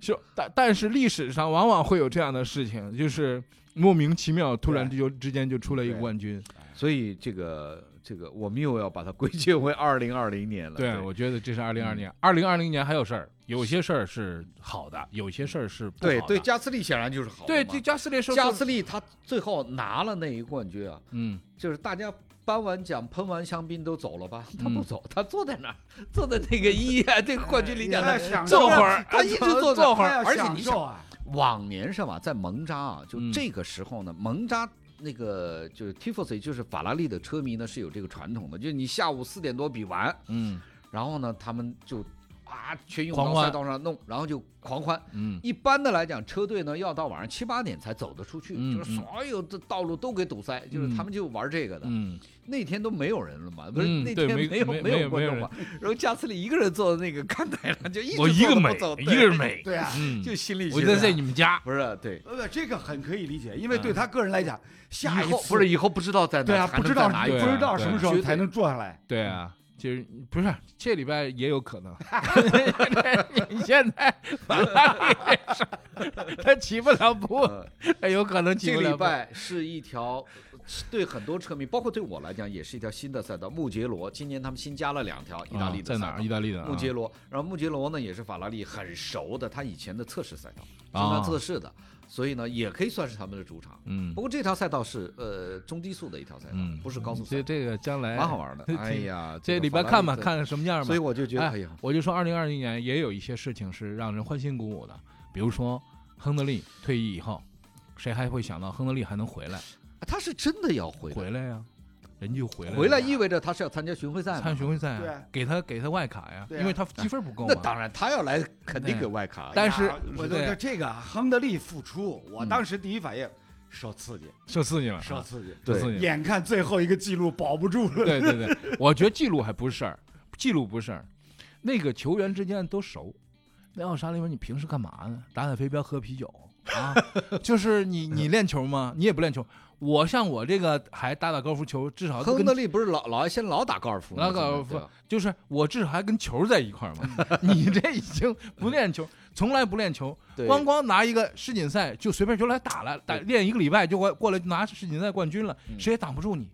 S1: 就但但是历史上往往会有这样的事情，就是莫名其妙突然就之间就出来一个冠军。
S2: 所以这个这个我们又要把它归结为二零二零年了。
S1: 对，啊我觉得这是二零二年，二零二零年还有事儿，有些事儿是好的，有些事儿是不好
S2: 对
S1: 的。
S2: 对，加斯利显然就是好的
S1: 对，
S2: 嘛
S1: 这加斯列说，
S2: 加斯利他最后拿了那一冠军啊，
S1: 嗯，
S2: 就是大家颁完奖、喷完香槟都走了吧？ *laughs* 他不
S1: 嗯
S2: 走，他坐在那儿，坐在那个一啊， *laughs* 这个冠军领奖台
S3: 哎享受
S2: 坐
S3: 啊
S2: 会儿，
S3: 他
S2: 他一直坐
S3: 坐
S2: 那
S3: 会儿，
S2: 而且
S3: 享
S2: 你
S3: 受
S2: 想，
S3: 啊，
S2: 往年是吧，在蒙扎啊，就
S1: 嗯
S2: 这个时候呢，蒙扎。那个就是 Tifosi，就是法拉利的车迷呢是有这个传统的，就是你下午四点多比完，
S1: 嗯
S2: 然后呢他们就啊全涌
S1: 狂
S2: 到
S1: 欢
S2: 赛道上弄，然后就狂欢，
S1: 嗯
S2: 一般的来讲，车队呢要到晚上七八点才走得出去，
S1: 嗯
S2: 就是所有的道路都给堵塞，就是他们就玩这个的。
S1: 嗯，
S2: 那天都没有人了嘛，不是、
S1: 嗯
S2: 那
S1: 对
S2: 天
S1: 没
S2: 有
S1: 没
S2: 没
S1: 没有
S2: 有观众
S1: 没有
S2: 嘛，然后加斯利一个人坐在那个看台上，就一直
S1: 我哦一个
S2: 坐着
S1: 美
S2: 不走，
S1: 一
S2: 对
S1: 个人美，
S3: 对啊。
S1: 嗯，
S2: 就心里
S1: 我
S2: 觉
S1: 就
S2: 得
S1: 在你们家，
S2: 不是对，
S3: 呃，这个很可以理解，因为对他个人来讲，下一
S2: 以后
S3: 次
S2: 不是以后不知道在哪，
S3: 对啊，
S2: 还能
S3: 不知道
S2: 在哪
S1: 一
S2: 有
S1: 个
S3: 不知道
S1: 对
S3: 什么时候
S2: 绝对
S3: 才能坐下来。
S1: 对啊，就是不是这礼拜也有可
S2: *laughs*
S1: 能。你现在法拉利这事儿他起不了步，
S2: 呃
S1: 他有可能起
S2: 这
S1: 不
S2: 礼
S1: 了步。啊
S2: 拜是一条对很多车迷，包括对我来讲，也是一条新的赛道。穆杰罗今年他们新加了两条意大利
S1: 啊
S2: 的
S1: 在
S2: 赛
S1: 哪
S2: 道
S1: 儿？意大利的啊
S2: 穆杰罗，然后穆杰罗呢也是法拉利很熟的，他以前的测试赛道，经
S1: 啊
S2: 常测试的，所以呢也可以算是他们的主场。
S1: 嗯
S2: 不过这条赛道是呃中低速的一条赛道，
S1: 嗯，
S2: 不是高速赛
S1: 这
S2: 道，
S1: 这个将来
S2: 蛮好
S1: *laughs*
S2: 玩的
S1: 这。
S2: 哎呀，
S1: 这
S2: 个
S1: 礼拜
S2: 法拉利
S1: 看吧，
S2: 在。
S1: 看看什么样吧。
S2: 所以我就觉得，
S1: 哎
S2: 哎呀，
S1: 我就说，二零二零年也有一些事情是让人欢欣鼓舞的，比如说亨德利退役以后，谁还会想到亨德利还能回来？
S2: 他是真的要回来，
S1: 回来呀、人就回来了，
S2: 回来意味着他是要参加巡回赛
S1: 参
S2: 嘛。
S1: 巡回赛、
S3: 对啊
S1: 给他给他外卡呀、
S3: 对啊
S1: 因为他积分不够
S2: 那
S1: 嘛。
S2: 当然，他要来肯定给外卡。
S1: 但是
S3: 哎呀我觉
S1: 对
S3: 得这个啊亨德利复出，我
S1: 嗯
S3: 当时第一反应受刺激，
S1: 受刺激了，
S3: 受
S1: 啊
S3: 刺激。
S1: 受刺激了。
S3: 眼看最后一个记录保不住了，
S1: 对对对， *laughs* 我觉得记录还不是事儿，记录不是事儿，那个球员之间都熟。那奥沙利文，你平时干嘛呢？打打飞镖，喝啤酒啊？ *laughs* 就是你你练球吗？你也不练球。我像我这个还打打高尔夫球，至少都
S2: 亨
S1: 跟
S2: 德利不是老老先老打高尔夫吗，
S1: 打高尔
S2: 现在
S1: 夫
S2: 对吧，啊
S1: 就是我至少还跟球在一块儿嘛。 *laughs* 你这已经不练球，从来不练 *laughs* 球，
S2: 对
S1: 光光拿一个世锦赛就随便就来打了，打练一个礼拜就过过来拿世锦赛冠军了，谁也挡不住你。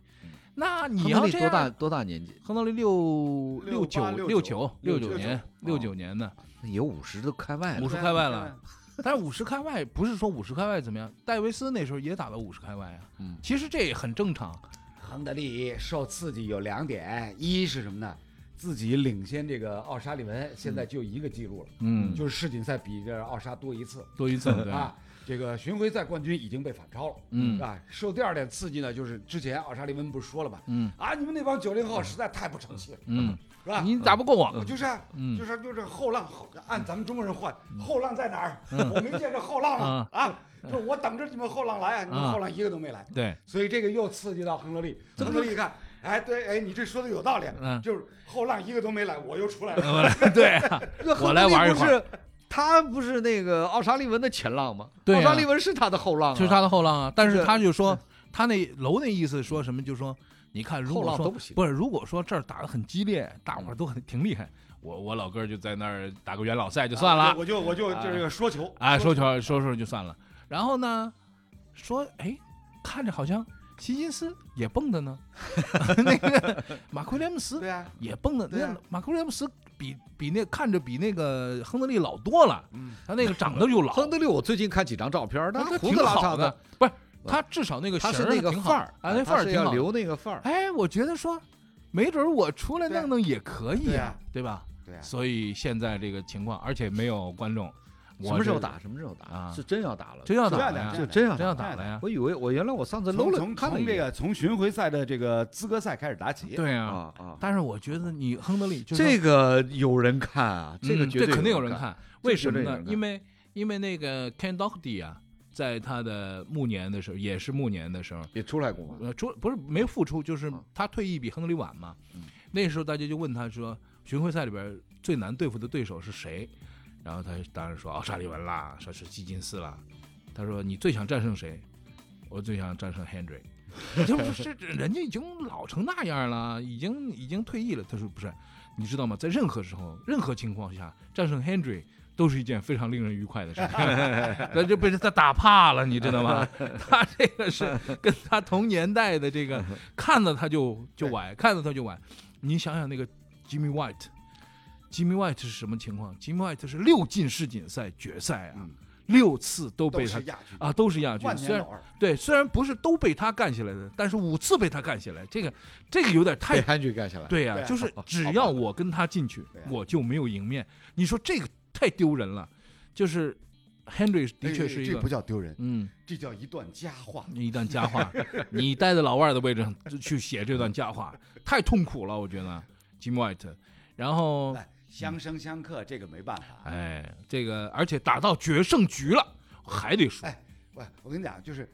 S1: 那你
S2: 亨
S1: 要
S2: 德利
S1: 这
S2: 多大
S1: 样，
S2: 多大年纪？
S1: 亨德利六
S3: 六
S1: 九
S3: 八
S1: 六
S3: 六
S1: 九
S3: 九六
S1: 九
S3: 九
S1: 年 *laughs* 六九年的，
S2: 有五十都开外
S1: 五
S2: 了。
S1: 十
S3: 对啊
S1: 开外
S3: 你
S1: 了
S3: 看。
S1: *laughs* 但是五十开外不是说五十开外怎么样，戴维斯那时候也打到五十开外啊，
S2: 嗯
S1: 其实这也很正常。
S3: 亨德利受刺激有两点，一是什么呢？自己领先这个奥沙利文，现在就一个记录了，
S1: 嗯
S3: 就是世锦赛比这奥沙多一次
S1: 多 *laughs* 一次对，
S3: 啊。这个巡回赛冠军已经被反超了，
S1: 嗯
S3: 啊，受第二点刺激呢，就是之前奥沙利文不是说了吗？
S1: 嗯
S3: 啊，你们那帮九零后实在太不成器了，
S1: 嗯，
S3: 是吧？
S1: 你嗯打不过我，
S3: 就是啊，就是就是后浪，后按咱们中国人话，
S1: 嗯
S3: 后浪在哪儿？我没见着后浪啊啊！就是我等着你们后浪来啊，你
S1: 嗯
S3: 们后浪一个都没来，
S1: 对，
S3: 所以这个又刺激到亨德利。亨德利一看，哎，对，哎，你这说的有道理
S1: 嗯，
S3: 就是后浪一个都没来，我又出
S1: *laughs*
S3: 来了。
S1: 我来， *laughs* 对啊，我来玩一会
S2: 不
S1: 儿，
S2: 是他不是那个奥沙利文的前浪吗？
S1: 对啊
S2: 奥沙利文是他的后浪、啊，
S1: 就是他的后浪啊。但是
S2: 对
S1: 他就说，他那楼那意思说什么？就说你看，如
S2: 后
S1: 果
S2: 浪
S1: 说
S2: 都不行
S1: 是，如果说这儿打得很激烈，大伙儿都很挺厉害，
S2: 嗯
S1: 我我老哥就在那儿打个元老
S2: 啊
S1: 赛就算了
S3: 啊我就我就就是这个说球
S1: 啊，说球说说就算了。然后呢，说哎，看着好像希金斯也蹦的呢，
S2: *laughs*
S1: 那个马奎廉姆斯
S3: 对啊，
S1: 也蹦的，
S3: 对啊
S1: 那马奎廉姆斯比比那看着比那个亨德利老多了，他那个长得就老，
S2: 嗯亨德利，我最近看几张照片，
S1: 他
S2: 他胡
S1: 哦挺
S2: 子拉
S1: 好
S2: 碴
S1: 的，，不是他至少那个
S2: 他
S1: 型
S2: 是
S1: 儿
S2: 那个
S1: 挺好
S2: 范儿
S1: 啊，那范儿
S2: 他是
S1: 挺
S2: 要
S1: 好。
S2: 留那个范儿。
S1: 哎，我觉得说，没准儿我出来弄弄也可以
S3: 对
S1: 呀
S3: 啊，
S1: 对吧？
S3: 对啊
S1: 所以现在这个情况，而且没有观众，我
S2: 什么时候
S1: 这
S2: 打？？什么时候打？
S1: 啊
S2: 是真要打了，
S1: 真要
S3: 这
S1: 打
S3: 样
S1: 了
S3: 的
S1: 呀，
S2: 就真要
S1: 真
S2: 打。
S1: 要打了呀！
S2: 我以为我原来我上次搂
S3: 从
S2: 了
S3: 从
S2: 看了一
S3: 从这
S2: 眼
S3: 个从巡回赛的这个资格赛开始打起。
S1: 对呀，
S2: 啊啊，
S1: 但是我觉得你亨德利就是
S2: 这个有人看啊，这个
S1: 嗯
S2: 绝对
S1: 肯定有
S2: 人
S1: 人。看，为什么
S2: 绝对有
S1: 呢
S2: 人？看
S1: 因为因为那个 Ken Doherty 啊，在他的暮年的时候，也是暮年的时候，
S2: 也出来过吗？
S1: 呃，出不是没复出，就是
S2: 嗯
S1: 他退役比亨德利晚嘛。
S2: 嗯
S1: 那时候大家就问他说，巡回赛里边最难对付的对手是谁？然后他当然说奥哦沙利文啦，说是基金斯啦。他说你最想战胜谁？我最想战胜 Henry。这 *laughs* 不是人家已经老成那样了，已经已经退役了。他说不是，你知道吗？在任何时候、任何情况下，战胜 Henry 都是一件非常令人愉快的事 *laughs* 情。那就被他打怕了，你知道
S3: *laughs*
S1: 吗？他这个是跟他同年代的这个，看到他就就崴，看到他就崴。你想想那个 Jimmy White，Jimmy White 是什么情况？Jimmy White 是六进世锦赛决赛啊，
S3: 嗯
S1: 六次都被
S3: 都
S1: 他
S3: 是亚军
S1: 啊都是亚军，
S3: 万
S1: 虽
S3: 年
S1: 然
S3: 老二，
S1: 对虽然不是都被他干起来的，但是五次被他干起来，这个这个有点太
S2: 被安局干下来。
S1: *laughs* 对呀、
S3: 对啊
S1: 就是
S2: 好
S1: 只
S2: 好
S1: 要
S2: 吧
S1: 我跟他进去
S3: 对啊，
S1: 我就没有赢面。你说这个太丢人了，就是 Henry 的确
S3: 哎
S1: 是一
S3: 这不
S1: 个，
S3: 叫丢人，
S1: 嗯，
S3: 这叫一段佳话。
S1: 一段佳话，你待在老外的位置上去写这段佳话，太痛苦了，我觉得 Jim White。然后，
S3: 哎，相生相克，这个没办法。
S1: 哎，这个而且打到决胜局了，还得输，
S3: 哎喂，我跟你讲，就是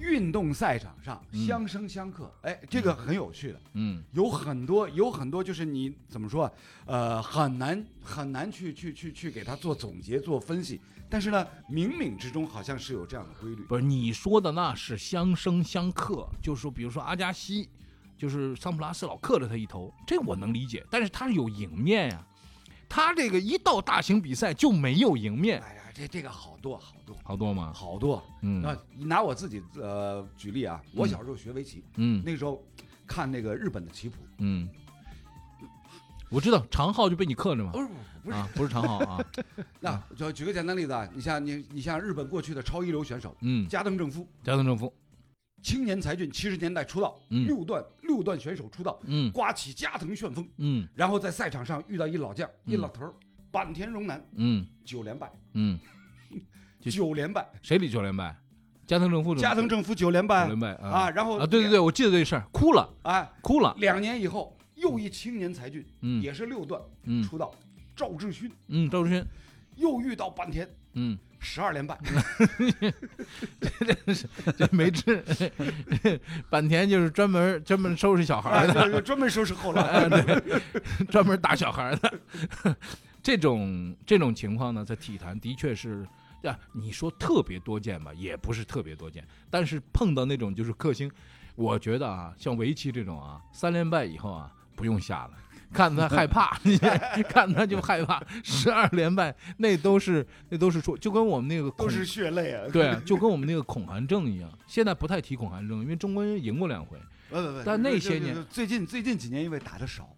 S3: 运动赛场上
S1: 嗯
S3: 相生相克，哎，这个很有趣的，
S1: 嗯
S3: 有很多有很多就是你怎么说啊，呃，很难很难去去去去给他做总结做分析，但是呢，冥冥之中好像是有这样的规律。
S1: 不是你说的那是相生相克，就是说，比如说阿加西，就是桑普拉斯老克了他一头，这我能理解，但是他是有赢面呀、他这个一到大型比赛就没有赢面，
S3: 哎呀，这这个好多好多
S1: 好多吗？
S3: 好多。那
S1: 嗯
S3: 拿我自己呃举例啊，我
S1: 嗯
S3: 小时候学围棋，
S1: 嗯
S3: 那时候看那个日本的棋谱，
S1: 嗯，我知道长号就被你克着嘛，
S3: 不是不是
S1: 啊，不是长号啊，
S3: 那就举个简单例子啊，你像你你像日本过去的超一流选手
S1: 嗯，
S3: *laughs* 加藤正夫，
S1: 加藤政夫，
S3: 青年才俊，七十年代出道，
S1: 嗯
S3: 六段六段选手出道，
S1: 嗯
S3: 刮起加藤旋风，
S1: 嗯
S3: 然后在赛场上遇到一老将一
S1: 嗯
S3: 老头儿，坂田荣男
S1: 嗯
S3: 九连败，
S1: 嗯，就
S3: 九连败，
S1: 谁理九连败？加藤政夫怎么
S3: 加藤正夫九连
S1: 九
S3: 败
S1: 连败
S3: 啊，
S1: 啊
S3: 然后
S1: 啊！对对对，我记得这事儿，哭了
S3: 啊，
S1: 哭了，
S3: 两年以后又一青年才俊，
S1: 嗯
S3: 也是六段
S1: 嗯
S3: 出道，赵志勋
S1: 嗯，赵志勋，
S3: 又遇到坂田。
S1: 嗯。
S3: 十二连
S1: *laughs*
S3: 败，
S1: 这 *laughs* 没治。坂田就是专门专门收拾小孩
S3: 啊
S1: 儿
S3: *laughs*
S1: 的，
S3: 就就专门收拾后
S1: *laughs*
S3: 浪。
S1: 哎对，专门打小孩儿的。 *laughs* 这种这种情况呢，在体坛的确是，呀，你说特别多见吧，也不是特别多见。但是碰到那种就是克星，我觉得啊，像围棋这种啊，三连败以后啊，不用下了。看他害怕， *laughs* 看他就害怕。十二连败，那都是那都是说，就跟我们那个
S3: 都
S1: 孔
S3: 是血泪
S2: *laughs*
S3: 啊！
S1: 对，就跟我们那个恐韩症一样，现在不太提恐韩症，因为中国人赢过两回。
S3: 不不不，
S1: 但那
S3: 就
S1: 些
S3: 就
S1: 年
S3: 就最近最近几年因为打的少，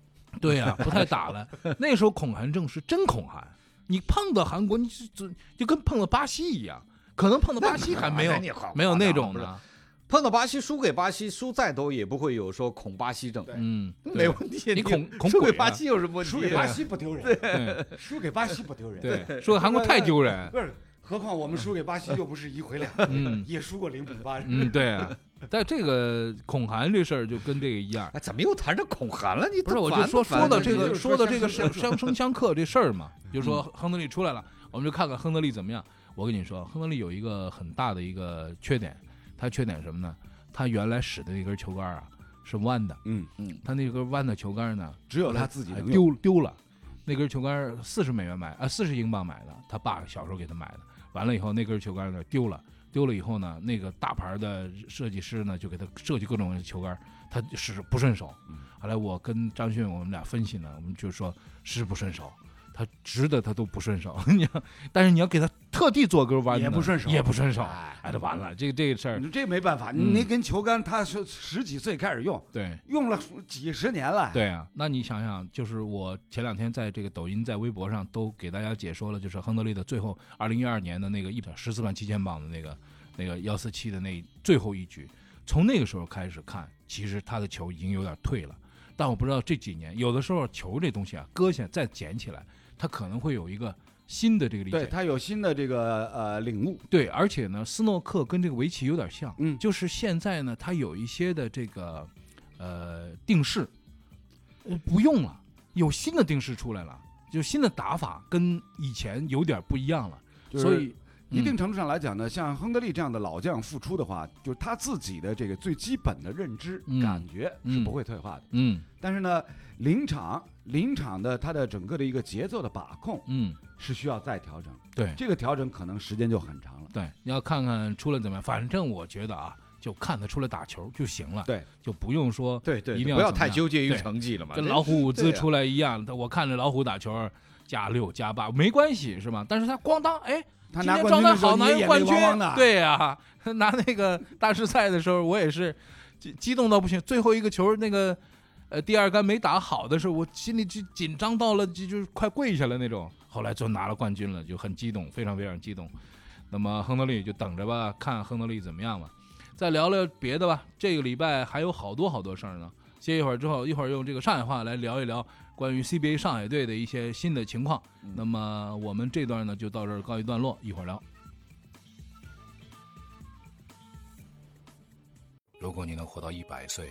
S1: 对
S2: 啊
S1: 呀、 *laughs* 不太打了。那时候恐韩症是真恐韩，你碰到韩国，你就就就跟碰到巴西一样，可能碰到巴西还没有
S2: 那你好
S1: 没有那种
S2: 不是
S1: 的，
S2: 碰到巴西输给巴西，输再多也不会有说恐巴西症，
S3: 对
S2: *laughs*
S1: 嗯，对
S2: 没问题。
S1: 你恐恐
S2: 输
S1: 鬼
S2: 给
S1: 啊
S2: 巴西有什么问题？
S3: 输给巴西不丢人，
S1: 对
S3: *laughs* 输给巴西不丢人。，
S1: 对，说韩国太丢人，
S3: 不是，何况我们输给巴西又不是一回两，
S1: 嗯
S3: 也输过零比八。
S1: 嗯，对啊。但这个恐韩这事儿就跟这个一样，
S2: 哎，怎么又谈着恐韩了？你
S1: 不是，我就
S2: 烦
S1: 说
S2: 烦
S1: 说到
S2: 你
S1: 这
S3: 就
S1: 个，
S3: 是
S1: 说到这个
S3: 说
S1: 相
S3: 相
S1: 相生相克这事儿嘛，就说亨德利出来了，我们就看看亨德利怎么样。我跟你说，亨德利有一个很大的一个缺点，他缺点什么呢？他原来使的那根球杆啊是弯的，
S3: 嗯
S2: 嗯，
S1: 他那根弯的球杆呢，
S3: 只有他自己
S1: 还
S3: 能用。
S1: 哎丢丢了。那根球杆四十美元买啊，四十英镑买的，他爸小时候给他买的。完了以后，那根球杆呢丢了，丢了以后呢，那个大牌的设计师呢就给他设计各种球杆，他使不顺手。
S3: 嗯
S1: 后来我跟张迅我们俩分析呢，我们就说使不顺手，他直的他都不顺手。 *laughs* 你要，但是你要给他特地做根弯的，
S3: 也不顺手
S1: 也不顺手。
S3: 哎
S1: 哎，他完了，这这个事儿，
S3: 你这没办法，
S1: 嗯
S3: 你那根球杆，他是十几岁开始用，
S1: 对。
S3: 用了几十年了。
S1: 对啊，那你想想，就是我前两天在这个抖音、在微博上都给大家解说了，就是亨德利的最后二零一二年的那个一十四万七千磅的那个那个幺四七的那最后一局，从那个时候开始看，其实他的球已经有点退了。但我不知道这几年，有的时候球这东西啊，搁下再捡起来，他可能会有一个新的这个理解。
S3: 对他有新的这个呃领悟，
S1: 对，而且呢，斯诺克跟这个围棋有点像，
S3: 嗯
S1: 就是现在呢，它有一些的这个呃定式，呃不用了，有新的定式出来了，就新的打法跟以前有点不一样了，
S3: 就是
S1: 所以
S3: 一定
S1: 嗯
S3: 程度上来讲呢，像亨德利这样的老将复出的话，就是他自己的这个最基本的认知
S1: 嗯
S3: 感觉是
S1: 嗯
S3: 不会退化的。
S1: 嗯
S3: 但是呢，临场临场的他的整个的一个节奏的把控
S1: 嗯
S3: 是需要再调整，
S1: 对
S3: 这个调整可能时间就很长了。
S1: 对，你要看看出来怎么样，反正我觉得啊，就看他出来打球就行了，
S3: 对，
S1: 就不用说
S2: 对对，
S1: 一定要
S2: 不要
S1: 怎么
S2: 太
S1: 样
S2: 纠结于
S1: 对
S2: 成绩了嘛。
S1: 跟
S2: 这
S1: 老虎伍
S2: 对
S1: 兹
S2: 啊
S1: 出来一样，我看着老虎打球，加六加八没关系是吧？但是他咣当哎，
S3: 他
S1: 今
S3: 拿
S1: 天
S3: 冠
S1: 状
S3: 军的时候，
S1: 态好，拿
S3: 你
S1: 一
S3: 眼
S1: 冠
S3: 泪
S1: 军
S3: 汪汪的，，
S1: 对呀、拿那个大师赛的时候，我也是激激动到不行。最后一个球那个呃第二杆没打好的时候，我心里就紧张到了就就是快跪下了那种。后来就拿了冠军了，就很激动，非常非常激动。那么亨德利就等着吧，看亨德利怎么样吧。再聊聊别的吧，这个礼拜还有好多好多事儿呢。歇一会儿之后，一会儿用这个上海话来聊一聊关于 CBA 上海队的一些新的情况。
S2: 嗯
S1: 那么我们这段呢就到这儿告一段落，一会儿聊。
S4: 如果你能活到一百岁，